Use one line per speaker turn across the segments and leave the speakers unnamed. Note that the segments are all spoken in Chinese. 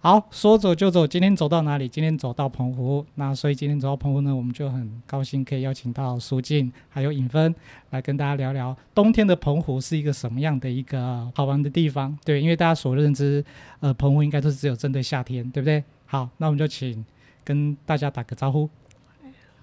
好，说走就走，今天走到哪里？今天走到澎湖。那所以今天走到澎湖呢，我们就很高兴可以邀请到苏静还有尹芬来跟大家聊聊冬天的澎湖是一个什么样的一个好玩的地方。对，因为大家所认知，呃，澎湖应该都是只有针对夏天，对不对？好，那我们就请跟大家打个招呼。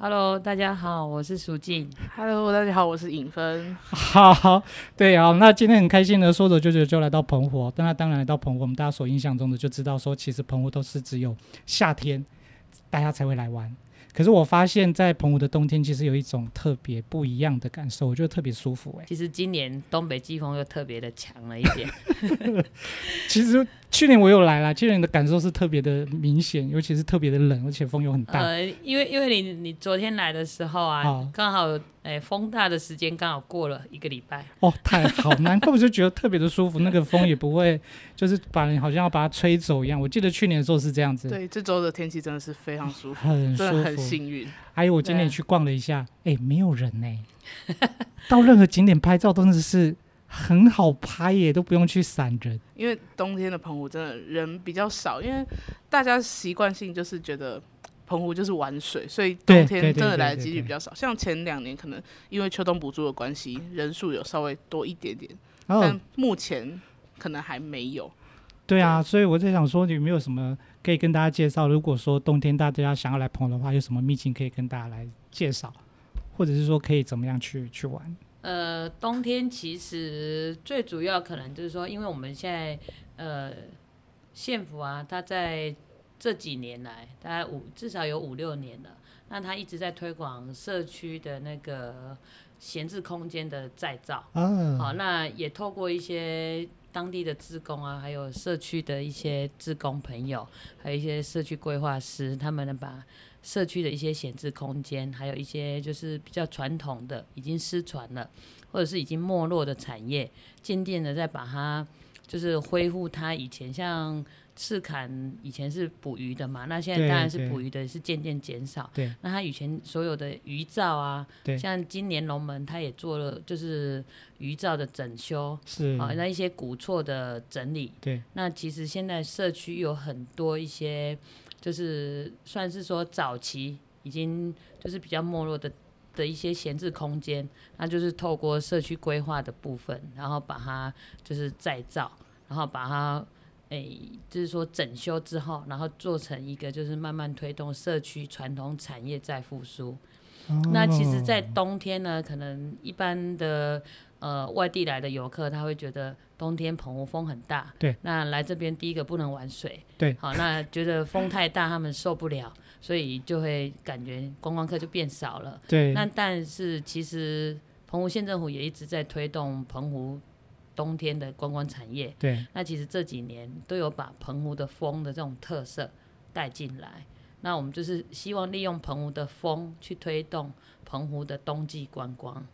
Hello，大家好，我是苏静。
Hello，大家好，我是尹芬。
好，对啊，那今天很开心的，说走就走就来到澎湖。那当然来到澎湖，我们大家所印象中的就知道说，其实澎湖都是只有夏天大家才会来玩。可是我发现，在澎湖的冬天，其实有一种特别不一样的感受，我觉得特别舒服、欸。哎，
其实今年东北季风又特别的强了一 点，
其实去年我有来啦，去年的感受是特别的明显，尤其是特别的冷，而且风又很大。
呃，因为因为你你昨天来的时候啊
好，
刚好哎、风大的时间刚好过了一个礼拜，
哦，太好，难怪我就觉得特别的舒服， 那个风也不会就是把人好像要把它吹走一样。我记得去年的时候是这样子，
对，这周的天气真的是非常舒服，
很舒
真的很
服。
幸运。
还有我今天也
对
去逛了一下，哎、没有人呢、 到任何景点拍照真的是很好拍耶，都不用去闪人。
因为冬天的澎湖真的人比较少，因为大家习惯性就是觉得澎湖就是玩水，所以
对
冬天
对对
真的来的
对对
几率
对
比较少。像前两年可能因为秋冬补助的关系，人数有稍微多一点点，
然后
但目前可能还没有。
哦对啊，所以我在想说，有没有什么可以跟大家介绍？如果说冬天大家想要来澎湖的话，有什么秘境可以跟大家来介绍，或者是说可以怎么样去去玩？
呃，冬天其实最主要可能就是说，因为我们现在呃，县府啊，它在这几年来，大概五至少有五六年了，那它一直在推广社区的那个闲置空间的再造。
啊，
好，那也透过一些当地的志工啊，还有社区的一些志工朋友，还有一些社区规划师，他们能把社区的一些闲置空间，还有一些就是比较传统的、已经失传了，或者是已经没落的产业，渐渐的再把它就是恢复它以前像。赤坎以前是捕鱼的嘛，那现在
对
当然是
对
捕鱼的是渐渐减少。
对，
那它以前所有的鱼罩啊，
对
像今年龙门它也做了，就是鱼罩的整修，
是，
好、那一些古厝的整理。
对，
那其实现在社区有很多一些，就是算是说早期已经就是比较没落的的一些闲置空间，那就是透过社区规划的部分，然后把它就是再造，然后把它。诶、就是说整修之后，然后做成一个，就是慢慢推动社区传统产业再复苏。那其
哦
实，在冬天呢，可能一般的呃外地来的游客，他会觉得冬天澎湖风很大，
对，
那来这边第一个不能玩水，
对
好，那觉得风太大，他们受不了，所以就会感觉观光客就变少了。
哦对，
那但是其实澎湖县政府也一直在推动澎湖冬天的观光产业，
对，
那其实这几年都有把澎湖的风的这种特色带进来。那我们就是希望利用澎湖的风去推动澎湖的冬季观光。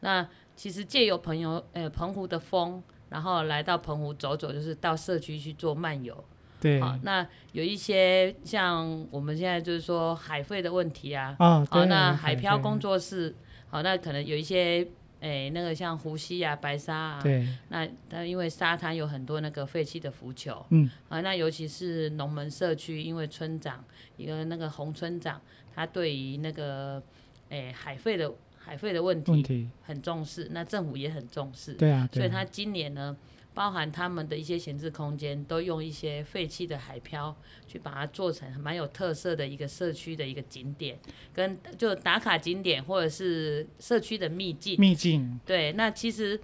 那其实借由朋友呃澎湖的风，然后来到澎湖走走，就是到社区去做漫游。
对，
好，那有一些像我们现在就是说海费的问题啊，
啊，
好，
对
那海漂工
作，
作室，好，那可能有一些诶、那个像湖西啊、白沙啊，
对，
那它因为沙滩有很多那个废弃的浮球，
嗯，
啊，那尤其是农门社区，因为村长一个那个洪村长，他对于那个诶、海废的海废的问
问
题
题，
很重视，那政府也很重视，
对啊，
所以
对啊
他今年呢，包含他们的一些闲置空间，都用一些废弃的海漂去把它做成蛮有特色的一个社区的一个景点，跟就打卡景点或者是社区的秘境。
秘境，
对，那其实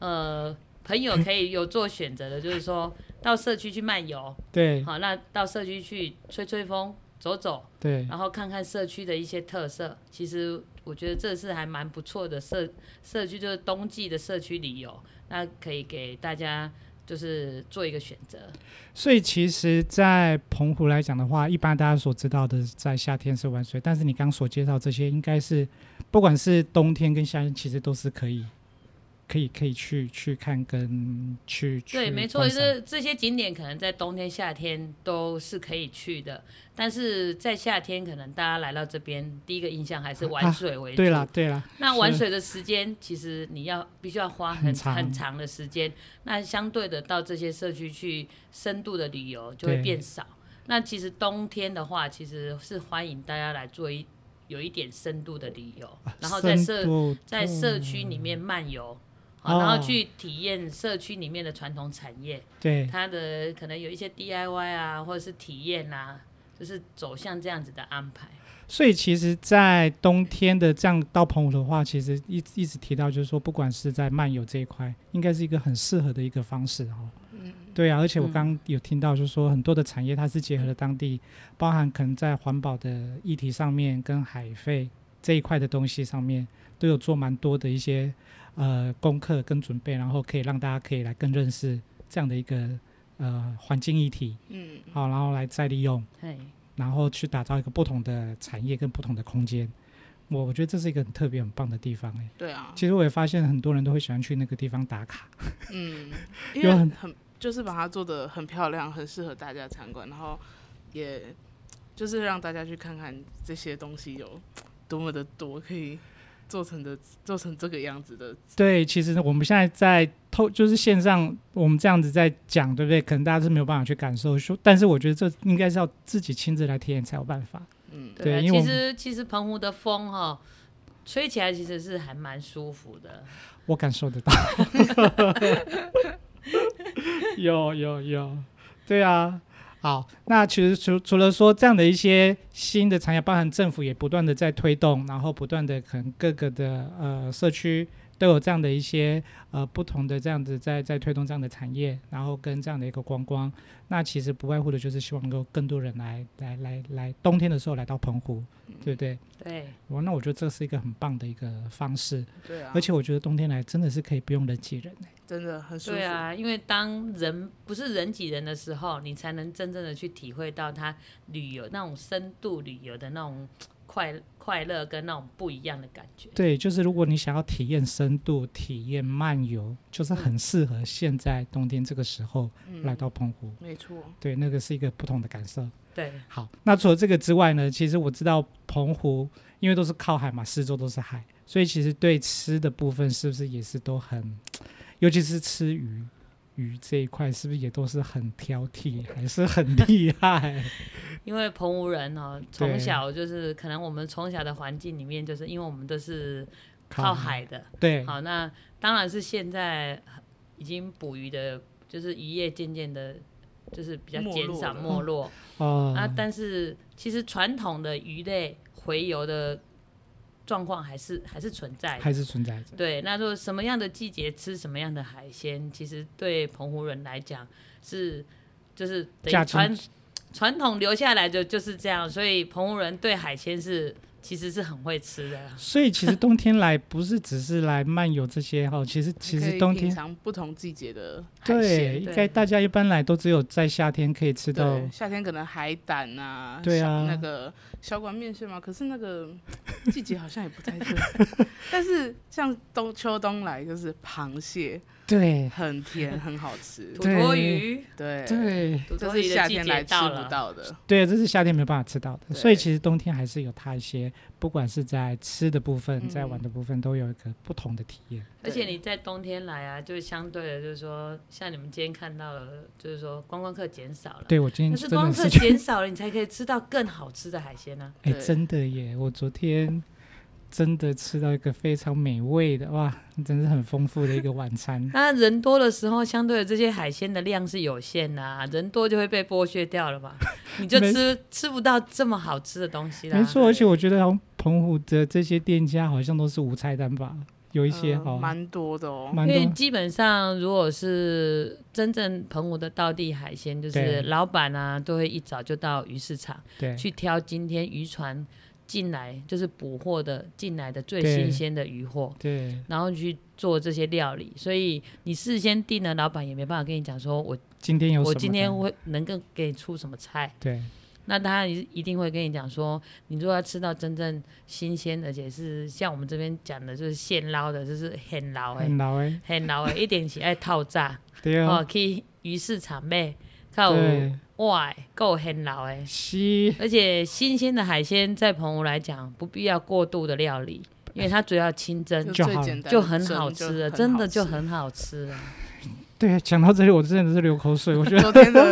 呃，朋友可以有做选择的，就是说到社区去漫游，
对
好，那到社区去吹吹风、走走，
对
然后看看社区的一些特色。其实我觉得这是还蛮不错的社社区，就是冬季的社区旅游，那可以给大家就是做一个选择。
所以其实，在澎湖来讲的话，一般大家所知道的，在夏天是玩水，但是你刚所介绍这些，应该是不管是冬天跟夏天，其实都是可以可以可以去去看跟去去
对，没错，
观赏
这这些景点可能在冬天、夏天都是可以去的，但是在夏天，可能大家来到这边，第一个印象还是玩水为主。
啊对啦对啦，
那
是
玩水的时间，其实你要必须要花很
很长
很长的时间。那相对的，到这些社区去深度的旅游就会
对
变少。那其实冬天的话，其实是欢迎大家来做一有一点深度的旅游，然后在
啊深
社
度
在社区里面漫游，啊，然
哦
后去体验社区里面的传统产业，
对
它的可能有一些 DIY 啊，或者是体验啊，就是走向这样子的安排。
所以其实，在冬天的这样到澎湖的话，其实一一直提到就是说，不管是在漫游这一块，应该是一个很适合的一个方式哦。
嗯，
对啊，而且我
嗯
刚有听到，就是说很多的产业它是结合了当地，包含可能在环保的议题上面，跟海费这一块的东西上面，都有做蛮多的一些呃功课跟准备，然后可以让大家可以来更认识这样的一个呃环境议题，
嗯，
好，然后来再利用。
嘿，
然后去打造一个不同的产业跟不同的空间。我我觉得这是一个很特别、很棒的地方哎、
对啊，
其实我也发现很多人都会喜欢去那个地方打卡。
嗯，
有
因为
很
很就是把它做的很漂亮，很适合大家参观，然后也就是让大家去看看这些东西有多么的多，可以做成的做成这个样子的，
对，其实我们现在在透，就是线上我们这样子在讲，对不对？可能大家是没有办法去感受，说，但是我觉得这应该是要自己亲自来体验才有办法。
嗯，
对
啊
因为我
其
们
实其实澎湖的风哈、吹起来其实是还蛮舒服的。
我感受得到。有有有，对啊。好，那其实除除了说这样的一些新的产业，包含政府也不断的在推动，然后不断的可能各个的呃社区都有这样的一些呃不同的这样子在在推动这样的产业，然后跟这样的一个观光，那其实不外乎的就是希望能够更多人来来来来冬天的时候来到澎湖，对不对？
对，
哇，那我觉得这是一个很棒的一个方式。
对啊，
而且我觉得冬天来真的是可以不用人挤人、欸、
真的很舒服，
对啊，因为当人不是人挤人的时候，你才能真正的去体会到它旅游那种深度旅游的那种快快乐跟那种不一样的感觉。
对，就是如果你想要体验深度、体验漫游，就是很适合现在冬天这个时候来到澎湖。
没错，
对，那个是一个不同的感受。
对，
好，那除了这个之外呢，其实我知道澎湖因为都是靠海嘛，四周都是海，所以其实对吃的部分是不是也是都很，尤其是吃鱼。鱼这一块是不是也都是很挑剔，还是很厉害？
因为澎湖人哦，从
对
小就是可能我们从小的环境里面，就是因为我们都是
靠
靠
海
海的，
对，
好，那当然是现在已经捕鱼的，就是渔业渐渐的，就是比较
没
减
落
少
了
没落
哦、
啊。但是其实传统的鱼类洄游的状况还是还是存在的。
还是存在着。
对，那说什么样的季节吃什么样的海鲜，其实对澎湖人来讲是就是等
价值
于传传统留下来的就是这样，所以澎湖人对海鲜是其实是很会吃的。
所以其实冬天来不是只是来漫游这些 哈，其实其
还可
实
以
冬
品
天
尝不同季节的海
对，
鲜，
应
对
该大家一般来都只有在夏天可以吃到
对，夏天可能海胆啊，
对啊
小那个小管面线嘛，可是那个季节好像也不太对。 但是像冬秋冬来，就是螃蟹
对
很甜，很好 吃
土。
对
托鱼，
对，
对
土
这
托
是
鱼的
夏
季
天
节
来吃
到了
不。到的。
对，这是夏天没办法吃到的，
对
所以其实冬天还是有它一些，不管是在吃的部分，
嗯
在玩的部分，都有一个不同的体验。
而且
对
你在冬天来啊，就是相对的，就是说，像你们今天看到了，就是说观光客减少了，
对我今
但
天
是
真
观光
的
客
是觉得，
减少了，你才可以吃到更好吃的海鲜啊呢、。
哎，
对
真的耶！我昨天真的吃到一个非常美味的，哇，真是很丰富的一个晚餐
当然人多的时候，相对的这些海鲜的量是有限的啊，人多就会被剥削掉 了嘛，你就
没
吃吃不到这么好吃的东西啦。
没错，
对
而且我觉得好像澎湖的这些店家好像都是无菜单吧，有一些
嗯
哦，
蛮多的哦。
蛮
因为
多
基本上，如果是真正澎湖的道地海鲜，就是
对
老板啊，都会一早就到鱼市场
对
去挑今天渔船进来，就是捕获的进来的最
对
新鲜的渔货，
对
然后去做这些料理。所以你事先订了，老板也没办法跟你讲说我
今天有什么
我
的？
今天会能够给你出什么菜。
对
那他一一定会跟你讲说，你如果要吃到真正新鲜，而且是像我们这边讲的，就是现捞的，就是很捞诶，
很老诶，
很捞哎 诶，一定是爱透炸
嗯对
哦
哦，，
去鱼市场买，靠
对，
哇，够很捞哎诶。
是，
而且新鲜的海鲜在澎湖来讲，不必要过度的料理，因为它主要清蒸，
就
最
好
简单的
就很
蒸
好
就
吃了，
很
真
好
的就
吃
很好吃了。
对，讲到这里我真的是流口水，我觉得
昨天的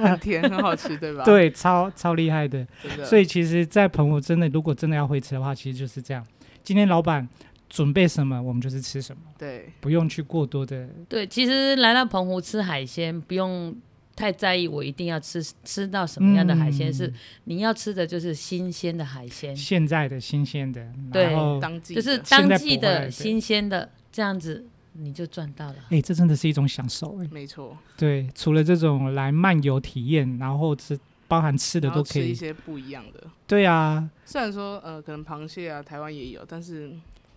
很甜，很好吃， 对吧？，
对，超超厉害的。
真的。
所以其实，在澎湖真的如果真的要会吃的话，其实就是这样，今天老板准备什么，我们就是吃什么，
对，
不用去过多的
对，其实来到澎湖吃海鲜，不用太在意我一定要吃吃到什么样的海鲜，是
嗯
你要吃的就是新鲜的海鲜，
现在的新鲜的，
嗯对
然后
当季
就
的
是
现
当
在
季
捕回来
的
的
新鲜的，这样子你就赚到了。
哎、这真的是一种享受哎、
没错，
对，除了这种来漫游体验，然后吃包含吃的
然后
都可
吃一
以。
些不一样的。
对啊，
虽然说呃，可能螃蟹啊，台湾也有，但是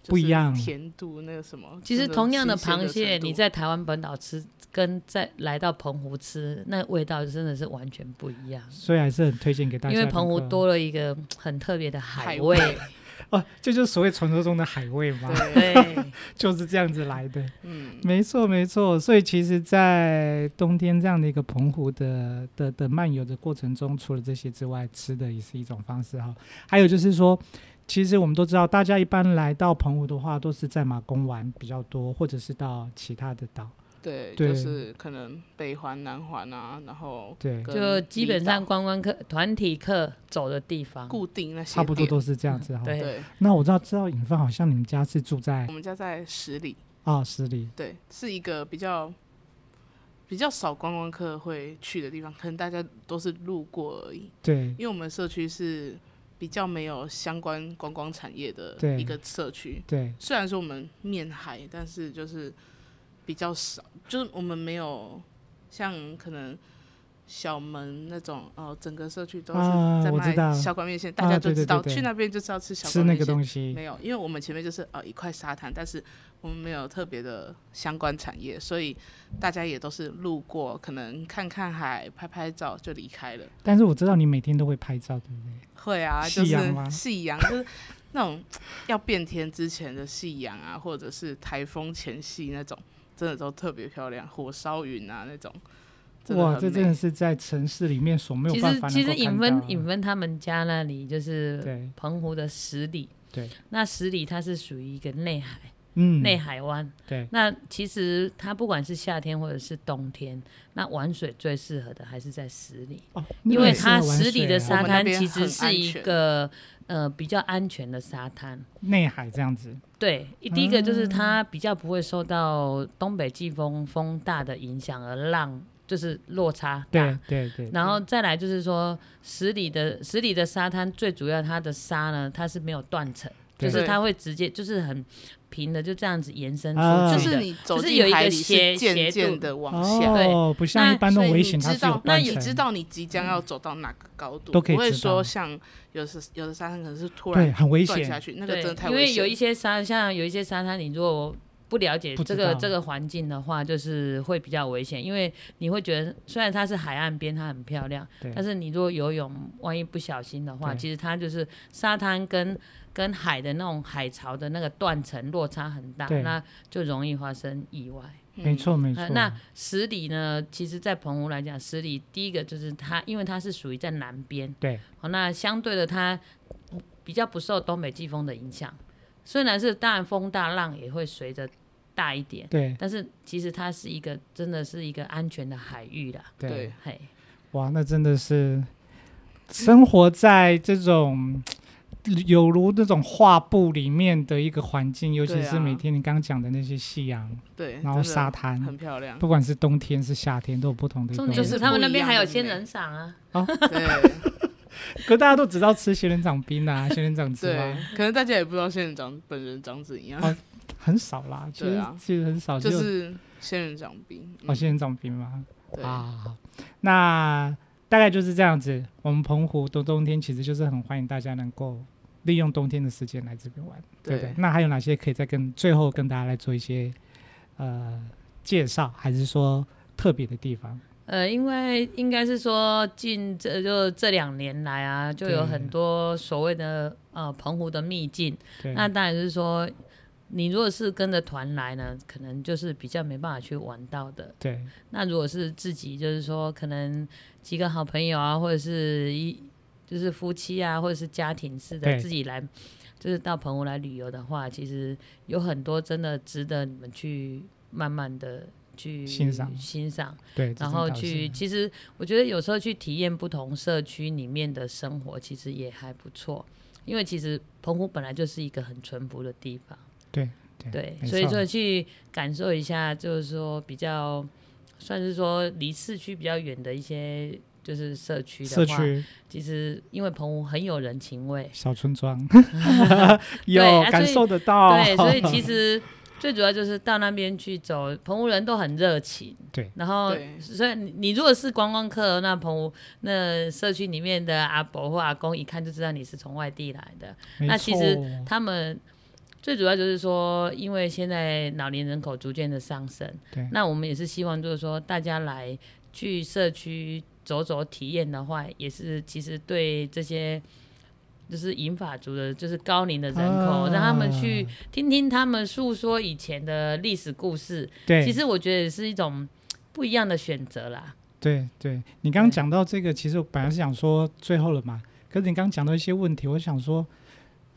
就
不一
是
样
甜度那个什么。
其实
真的
同样的
新鲜
螃蟹，
程
你
度
在台湾本岛吃，跟在来到澎湖吃，那味道真的是完全不一样。
所以还是很推荐给大家
因
能够。
为澎湖多了一个很特别的海
海
味，
哦，这就是所谓传说中的海味嘛，
对，
对，
就是这样子来的。
嗯，
没错，没错。所以其实，在冬天这样的一个澎湖的的的漫游的过程中，除了这些之外，吃的也是一种方式哈。还有就是说，其实我们都知道，大家一般来到澎湖的话，都是在马公玩比较多，或者是到其他的岛。
对，
对
就是可能北环、南环啊，然后
对，
跟
就基本
离
上
岛
观光客、团体客走的地方，
固定那些
差不多
点
都是这样子哈。
对
对。
那我知道，知道尹范好像你们家是住在
我们家在十里，
啊十里，
对，是一个比较比较少观光客会去的地方，可能大家都是路过而已。
对
因为我们社区是比较没有相关观光产业的
对
一个社区，
对，
虽然说我们面海，但是就是比较少，就是我们没有像可能。小门那种哦，整个社区都是
啊
在
我知
卖
道
小馆面线，
啊
大家就
对对
知道、
对对
去那边就是要吃小
吃
馆
那
面
个
线。
东西。
没有，因为我们前面就是呃一块沙滩，但是我们没有特别的相关产业，所以大家也都是路过，可能看看海、拍拍照就离开了。
但是我知道你每天都会拍照，对不对？
会啊，
夕
就是
阳吗
夕阳，就是那种要变天之前的夕阳啊，或者是台风前夕那种，真的都特别漂亮，火烧云啊那种，真的
哇，
很
这真
美
的是在城市里面所没有
其
办法能
实其实
够
尹
看
芬
到
尹
的
芬他们家那里就是
对
澎湖的十里，
对，
那十里它是属于一个内海、
嗯
内海湾。
对
那其实它不管是夏天或者是冬天，那玩水最适合的还是在十里，
哦，那
因
个
为
也是
它
玩
十里
水
的
啊
沙
我们那
滩
边
其实
很
是
安
一
全
个呃比较安全的沙滩。
内海这样子，
对，一第一个就是
嗯
它比较不会受到东北季风风大的影响而浪就是落差大。
对对对，
然后再来就是说，十里的十里的沙滩最主要它的沙呢，它是没有断层，就
对
是它会直接就是很平的，就这样子延伸出去
啊
的。
就是你走
就是有一
进
个
海里
斜
是
斜
渐
度
渐的往下。
哦，不像一
那
般那
所
种
以
危
你
险，它
知
是有
道，
断
那
层，
你知道你即将要走到哪个高度，
都可以
不会
知道
说像有时有的沙滩可能是突
对，
然
很危
断下
险，
去，那个
对
真的太
因
危
为
险。
有一些沙，像有一些沙滩，你如果不了解
不
这
知道
个这个环境的话，就是会比较危险，因为你会觉得虽然它是海岸边，它很漂亮
对，
但是你如果游泳，万一不小心的话，
对
其实它就是沙滩跟跟海的那种海潮的那个断层落差很大
对，
那就容易发生意外。
嗯
没错没错
呃，，那十里呢？其实，在澎湖来讲，十里第一个就是它，因为它是属于在南边，
对，
好，那相对的它比较不受东北季风的影响，虽然是当然风大浪也会随着大一点，
对
但是其实它是一个真的是一个安全的海域啦，
对
对，
嘿，
哇，那真的是生活在这种。有如那种画布里面的一个环境，尤其
对
是
啊
每天你刚刚讲的那些夕阳，
对，
然后
真的
沙滩，
很 漂亮，
不管是冬天是夏天，都有不同的一个
重
味道。
点
就是是
他们
不
那
一
边
样
还有
的
仙
美
人掌啊，
对
可大家都只知道吃仙人掌冰啊，仙人掌汁
对
啊，，
可能大家也不知道仙人掌本人长怎样，
哦很少啦，其
对
实
啊
其实很少，
就
只有
是仙人掌冰，
哦
嗯
仙人掌冰嘛。
对，
啊，好那大概就是这样子。我们澎湖的冬天其实就是很欢迎大家能够利用冬天的时间来这边玩，对不对
对？
那还有哪些可以再跟最后跟大家来做一些呃介绍，还是说特别的地方？
呃，因为应该是说近这就这两年来啊，就有
对
很多所谓的呃澎湖的秘境，
对，
那当然是说你如果是跟着团来呢，可能就是比较没办法去玩到的。
对
那如果是自己，就是说可能几个好朋友啊，或者是一就是夫妻啊，或者是家庭式的
对
自己来，就是到澎湖来旅游的话，其实有很多真的值得你们去慢慢的去
欣赏
欣赏，
对，这
然
种
后
倒是
去，其实我觉得有时候去体验不同社区里面的生活，其实也还不错。因为其实澎湖本来就是一个很淳朴的地方，
对
对，
嗯没
所以
错
说去感受一下，就是说比较算是说离市区比较远的一些就是社区
社
的话，
区
其实因为澎湖很有人情味，
小村庄 有
对啊
感
所以
受得到，
对，所以 其实最主要就是到那边去走，澎湖人都很热情。
对，
然后
对
所以你你如果是观光客，那澎湖那社区里面的阿伯或阿公一看就知道你是从外地来的。
没
那其实
错
他们最主要就是说，因为现在老年人口逐渐的上升
对，
那我们也是希望就是说大家来去社区走走体验的话，也是其实对这些。就是银发族的，就是高龄的人口，让他们去
啊
听听他们诉说以前的历史故事，
对，
其实我觉得也是一种不一样的选择啦。
对对，你刚刚
对
讲到这个，其实我本来是想说最后了嘛，可是你刚刚讲到一些问题，我想说，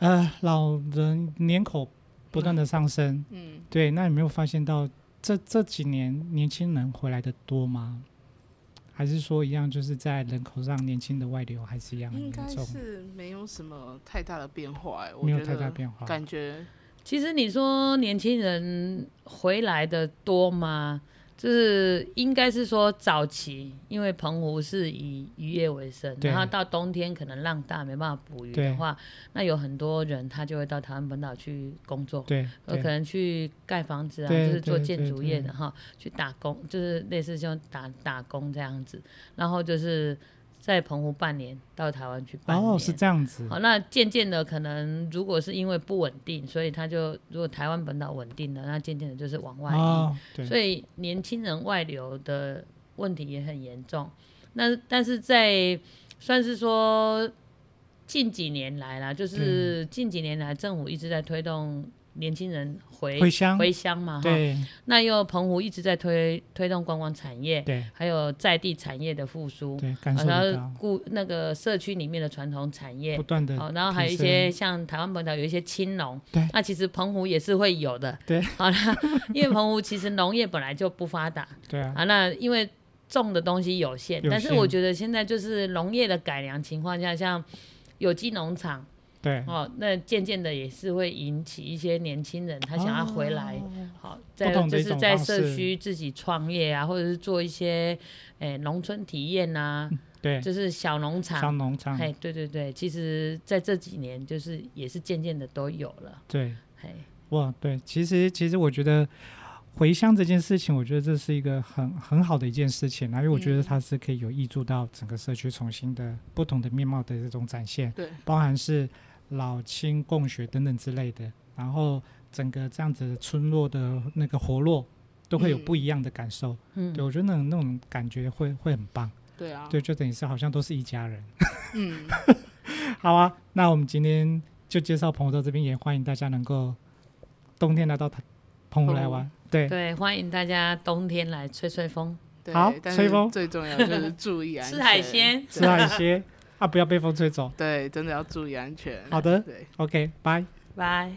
呃，老人年口不断的上升，
嗯，
对，那你没有发现到这这几年年轻人回来的多吗？还是说一样，就是在人口上年轻的外流还是一样很
应
严
该
重，
是没有什么太大的变化、哎，我
没有
觉
太大
得
变化？
感觉
其实你说年轻人回来的多吗？就是应该是说早期，因为澎湖是以渔业为生，
对
然后到冬天可能浪大没办法捕鱼的话，那有很多人他就会到台湾本岛去工作，
对
有呃可
对
能去盖房子啊，就
对
是做
对
建
对
筑业
对
的哈，去打工，就是类似像打打工这样子，然后就是在澎湖半年，到台湾去半年，
哦，是这样子，
好，那渐渐的，可能如果是因为不稳定，所以他就如果台湾本岛稳定了，那渐渐的就是往外移。
哦，对，
所以年轻人外流的问题也很严重。那但是在算是说近几年来啦，就是近几年来政府一直在推动年轻人回
回乡，
回乡嘛，哈。
对
那又澎湖一直在推推动观光产业，
对
还有在地产业的复苏。
对，感
啊
受得
嗯然
到
后，顾那个社区里面的传统产业
不，断的
好、哦然后还有一
提升
些像台湾本岛有一些青农，
对
那其实澎湖也是会有的，
对，
好啦，因为澎湖其实农业本来就不发达
对啊，
啊，那因为种的东西有限，
有
但是
限
我觉得现在就是农业的改良情况下，像有机农场
对，
哦，那渐渐的也是会引起一些年轻人他想要回来。
哦
好，
不
在
同的
就
一
是
种
在
方
社
式
区自己创业啊，或者是做一些诶农、村体验呐、
对，
就是小农场
上农场，
嘿，对对对，其实在这几年就是也是渐渐的都有了，
对，
嘿，
哇，对，其实其实我觉得回乡这件事情，我觉得这是一个很很好的一件事情，然后因为我觉得
嗯
它是可以有益助到整个社区重新的不同的面貌的这种展现，
对，
包含是老青共学等等之类的，然后整个这样子的村落的那个活络。都会有
嗯
不一样的感受，
嗯
对，我觉得那种那种感觉会会很棒，
对啊，
对，就等于是好像都是一家人。
嗯，
好啊，那我们今天就介绍朋友到这边，也欢迎大家能够冬天来到台澎湖来玩。对，
对，欢迎大家冬天来吹吹风，
对
好
但
吹
是
风
最重要就是注意安全，
吃海鲜，
吃海鲜啊，不要被风吹走。
对，真的要注意安全。
好的
对。
OK，拜。
拜。